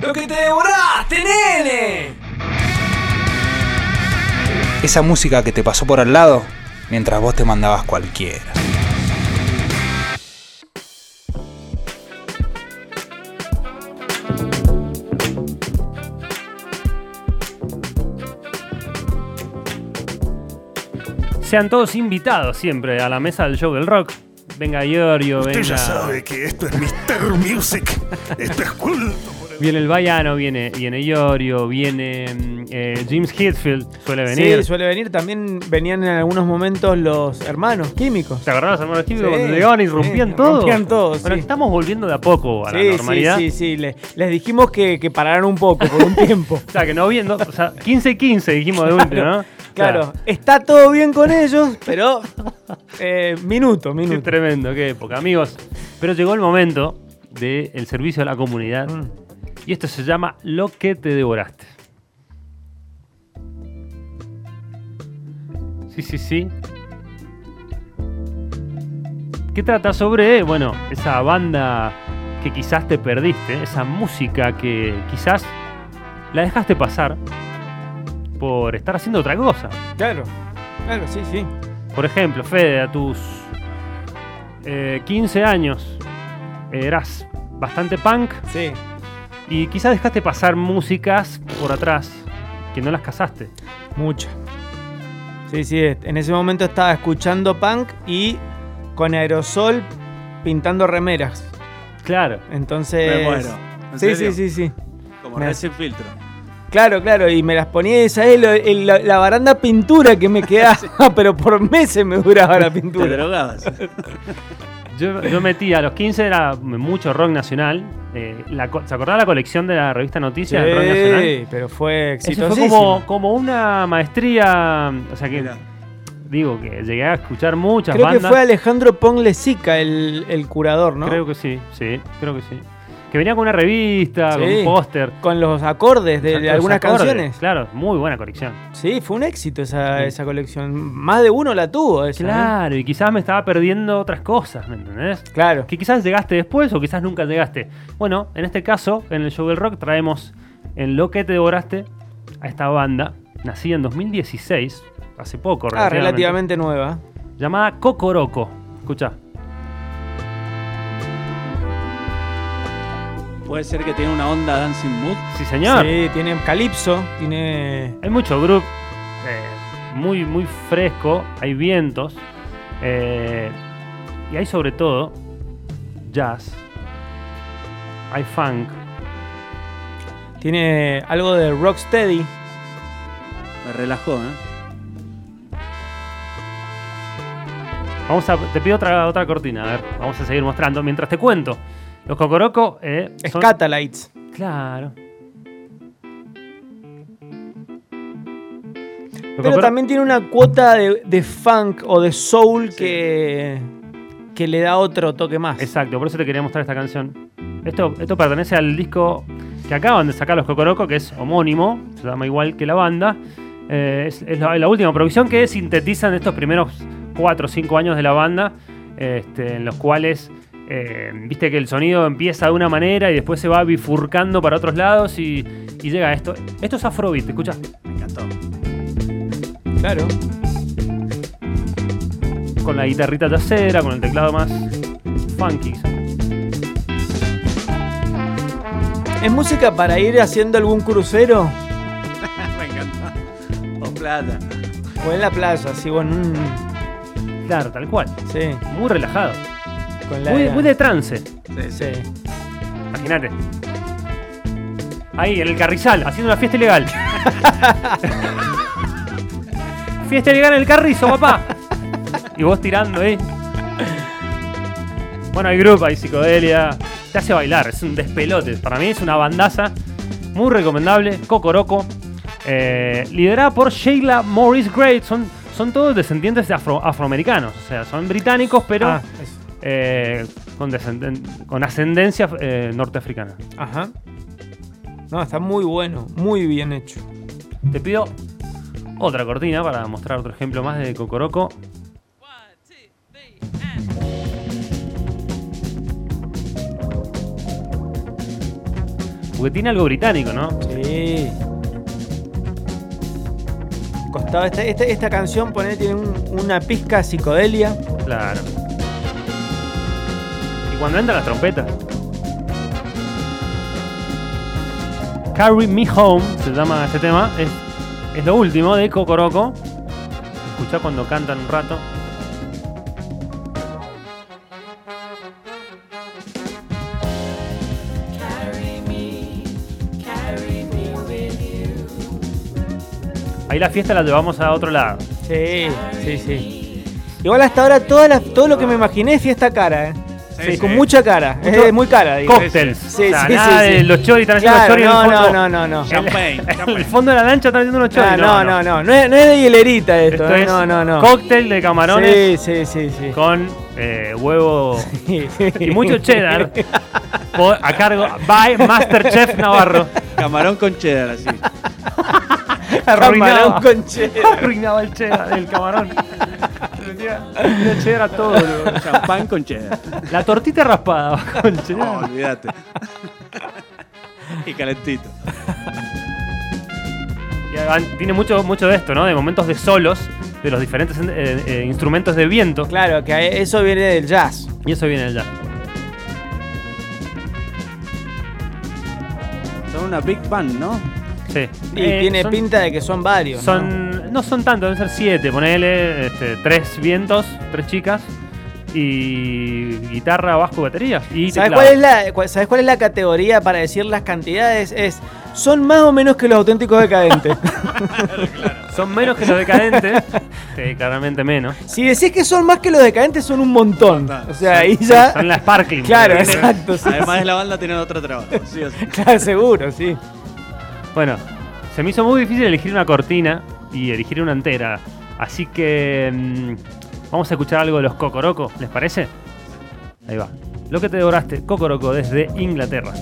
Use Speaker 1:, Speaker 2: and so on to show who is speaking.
Speaker 1: ¡Lo que te devoraste, nene!
Speaker 2: Esa música que te pasó por al lado mientras vos te mandabas cualquiera.
Speaker 3: Sean todos invitados siempre a la mesa del show del rock. Venga Giorgio,
Speaker 4: Usted
Speaker 3: venga.
Speaker 4: ya sabe que esto es Mr. Music. Esto es culto. por el-
Speaker 3: Viene el Bayano, viene, viene Giorgio, viene mm, eh, James Hetfield, suele venir.
Speaker 5: Sí, suele venir. También venían en algunos momentos los hermanos químicos.
Speaker 3: ¿Te acordás, hermano Steve,
Speaker 5: Sí,
Speaker 3: cuando llegaban y
Speaker 5: sí,
Speaker 3: rompían todo?
Speaker 5: rompían todo,
Speaker 3: Bueno,
Speaker 5: sí.
Speaker 3: estamos volviendo de a poco a la
Speaker 5: Sí, sí,
Speaker 3: normalidad.
Speaker 5: sí, sí. Le- les dijimos que, que pararan un poco por un tiempo.
Speaker 3: O sea, que no viendo, o sea, 15-15 dijimos de último, ¿no?
Speaker 5: Claro, está todo bien con ellos, pero eh, minuto,
Speaker 3: Qué
Speaker 5: minuto.
Speaker 3: tremendo, qué época, amigos. Pero llegó el momento del servicio a la comunidad.
Speaker 5: Mm.
Speaker 3: Y esto se llama Lo que te devoraste. Sí, sí, sí. ¿Qué trata sobre, bueno, esa banda que quizás te perdiste, esa música que quizás la dejaste pasar por estar haciendo otra cosa?
Speaker 5: Claro, claro, sí, sí.
Speaker 3: Por ejemplo, Fede, a tus eh, 15 años eras bastante punk
Speaker 5: Sí.
Speaker 3: y quizás dejaste pasar músicas por atrás que no las casaste.
Speaker 5: Mucha. Sí, sí, en ese momento estaba escuchando punk y con aerosol pintando remeras.
Speaker 3: Claro.
Speaker 5: Entonces.
Speaker 6: Me muero. ¿En
Speaker 5: Eh, Sí,
Speaker 6: serio?
Speaker 5: sí, sí, sí.
Speaker 6: Como
Speaker 5: Me-
Speaker 6: Red sin filtro.
Speaker 5: Claro, claro, y me las ponía esa es lo- el- la, la baranda pintura que me quedaba, pero por meses me duraba la
Speaker 6: Te
Speaker 5: pintura.
Speaker 6: drogabas.
Speaker 3: Yo, yo metí a los 15, era mucho rock nacional. Eh, la co- ¿Se acordaba la colección de la revista Noticias del rock nacional?
Speaker 5: Sí, pero fue
Speaker 3: Eso fue
Speaker 5: exitosísimo.
Speaker 3: como, como una maestría. O sea que,
Speaker 6: Mira,
Speaker 3: digo, que llegué a escuchar muchas
Speaker 5: Creo
Speaker 3: bandas.
Speaker 5: que fue Alejandro Ponglesica el, el curador, ¿no?
Speaker 3: Creo que sí, sí, creo que sí. Que venía con una revista, con
Speaker 5: Sí.
Speaker 3: un póster.
Speaker 5: Con los acordes de, de
Speaker 3: Los
Speaker 5: algunas
Speaker 3: acordes.
Speaker 5: canciones.
Speaker 3: Claro, muy buena colección.
Speaker 5: Sí, fue un éxito esa,
Speaker 3: Sí.
Speaker 5: esa colección. Más de uno la tuvo esa, ¿no?
Speaker 3: Claro, y quizás me estaba perdiendo otras cosas, ¿me entendés?
Speaker 5: Claro.
Speaker 3: Que quizás llegaste después o quizás nunca llegaste. Bueno, en este caso, en el show del rock, traemos en Lo que te devoraste a esta banda, nacida en 2016, hace poco,
Speaker 5: Ah, relativamente nueva.
Speaker 3: llamada Cocoroco. Escucha.
Speaker 6: Puede ser que tiene una onda Dancing Mood.
Speaker 3: Sí, señor.
Speaker 5: Sí, tiene calipso, tiene.
Speaker 3: Hay mucho groove eh, muy, muy fresco, hay vientos eh, y hay sobre todo jazz, hay funk.
Speaker 5: Tiene algo de rocksteady.
Speaker 6: Me relajó, ¿eh?
Speaker 3: Vamos a, te pido otra, otra cortina, a ver, vamos a seguir mostrando mientras te cuento. Los Cocoroco eh, son-
Speaker 5: Scatalites.
Speaker 3: Claro. Los
Speaker 5: Pero
Speaker 3: Cocoroco-
Speaker 5: también tiene una cuota de, de funk o de soul que, que le da otro toque más.
Speaker 3: Exacto, por eso te quería mostrar esta canción. Esto, esto pertenece al disco que acaban de sacar los Cocoroco, que es homónimo, se llama igual que la banda. Eh, es es la, la última producción que sintetizan estos primeros 4 o 5 años de la banda, este, en los cuales eh, viste que el sonido empieza de una manera y después se va bifurcando para otros lados y, y llega a esto. Esto es afrobeat, escucha.
Speaker 6: Me encantó.
Speaker 5: Claro.
Speaker 3: Con la guitarrita trasera, con el teclado más funky. quizá.
Speaker 5: ¿Es música para ir haciendo algún crucero?
Speaker 6: Me encantó. O plata.
Speaker 5: O en la playa, así, bueno. un-
Speaker 3: Claro, tal cual.
Speaker 5: sí,
Speaker 3: Muy relajado.
Speaker 5: con la.
Speaker 3: Muy, muy de trance.
Speaker 6: Sí, sí.
Speaker 5: sí.
Speaker 3: Imagínate. Ahí, en el carrizal, haciendo una fiesta ilegal. fiesta ilegal en el carrizo, papá. Y vos tirando, ¿eh? Bueno, hay grupo, hay psicodelia. Te hace bailar, es un despelote. Para mí es una bandaza muy recomendable. Cocoroco. Eh, liderada por Sheila Morris Great. Son, son todos descendientes de afro- afroamericanos. O sea, son británicos, pero
Speaker 5: Ah, eso.
Speaker 3: eh, con, descenden- con ascendencia eh, norteafricana.
Speaker 5: Ajá. No, está muy bueno, muy bien hecho.
Speaker 3: Te pido otra cortina para mostrar otro ejemplo más de Cocoroco. Porque tiene algo británico, ¿no?
Speaker 5: Sí. Costaba. Esta, esta, esta canción poné, tiene un- una pizca psicodelia.
Speaker 3: Claro. Y cuando entran las trompetas. Carry Me Home se llama este tema. Es, es lo último de Cocoroco. Escuchá cuando cantan un rato. Ahí la fiesta la llevamos a otro lado.
Speaker 5: Sí, sí, sí. Igual hasta ahora todas las- todo lo que me imaginé es fiesta cara, ¿eh?
Speaker 6: Sí,
Speaker 5: con
Speaker 6: sí.
Speaker 5: mucha cara. Es
Speaker 3: Mucho-
Speaker 5: muy cara, digo.
Speaker 3: Cócteles.
Speaker 5: Sí,
Speaker 3: O sea,
Speaker 5: sí,
Speaker 3: nada
Speaker 5: sí,
Speaker 3: de
Speaker 5: sí.
Speaker 3: Los choris están haciendo
Speaker 5: Claro,
Speaker 3: choris en
Speaker 5: no,
Speaker 3: el fondo.
Speaker 5: no, no, no, no.
Speaker 6: Champagne,
Speaker 3: El
Speaker 6: champagne.
Speaker 3: fondo de la lancha están haciendo unos choris.
Speaker 5: Ah, no, no, no, no. es, no es de hielerita esto,
Speaker 3: Esto
Speaker 5: eh,
Speaker 3: es
Speaker 5: no, no, no.
Speaker 3: cóctel de camarones
Speaker 5: Sí, sí, sí, sí.
Speaker 3: con eh, huevo y mucho cheddar por- a cargo by Masterchef Navarro.
Speaker 6: Camarón con cheddar, así.
Speaker 5: Camarón
Speaker 3: Arruinado.
Speaker 5: con cheddar.
Speaker 3: Arruinaba el cheddar del camarón. Le tira- le tira cheddar a todo. boludo.
Speaker 6: Champán con cheddar.
Speaker 3: La tortita raspada con
Speaker 6: No,
Speaker 3: cheddar.
Speaker 6: olvídate. y calentito.
Speaker 3: Y además tiene mucho, mucho de esto, ¿no? De momentos de solos de los diferentes eh, eh, instrumentos de viento.
Speaker 5: Claro, que eso viene del jazz.
Speaker 3: Y eso viene allá.
Speaker 6: Son una big band, ¿no?
Speaker 3: Sí.
Speaker 5: Y
Speaker 3: Eh,
Speaker 5: tiene
Speaker 3: son-
Speaker 5: pinta de que son varios. ¿no?
Speaker 3: Son, no son tantos, deben ser siete. Ponele este, tres vientos, tres chicas y guitarra, bajo, batería. Y
Speaker 5: ¿Sabes
Speaker 3: teclado.
Speaker 5: cuál, es la, cua- ¿Sabes cuál es la categoría para decir las cantidades? Es. Son más o menos que los auténticos decadentes.
Speaker 3: Son menos que los decadentes. Sí, claramente menos.
Speaker 5: si decís que son más que los decadentes, son un montón. O sea, ahí
Speaker 3: Son
Speaker 5: ya.
Speaker 3: las Sparkling.
Speaker 5: Claro,
Speaker 3: Tiene-
Speaker 5: exacto. sí,
Speaker 6: Además de la banda, tienen otra trabajo. Sí, o sí.
Speaker 5: Claro, seguro, sí.
Speaker 3: Bueno, se me hizo muy difícil elegir una cortina y elegir una entera. Así que mm, vamos a escuchar algo de los Cocoroco, ¿les parece? Ahí va. Lo que te devoraste, Cocoroco, desde Inglaterra.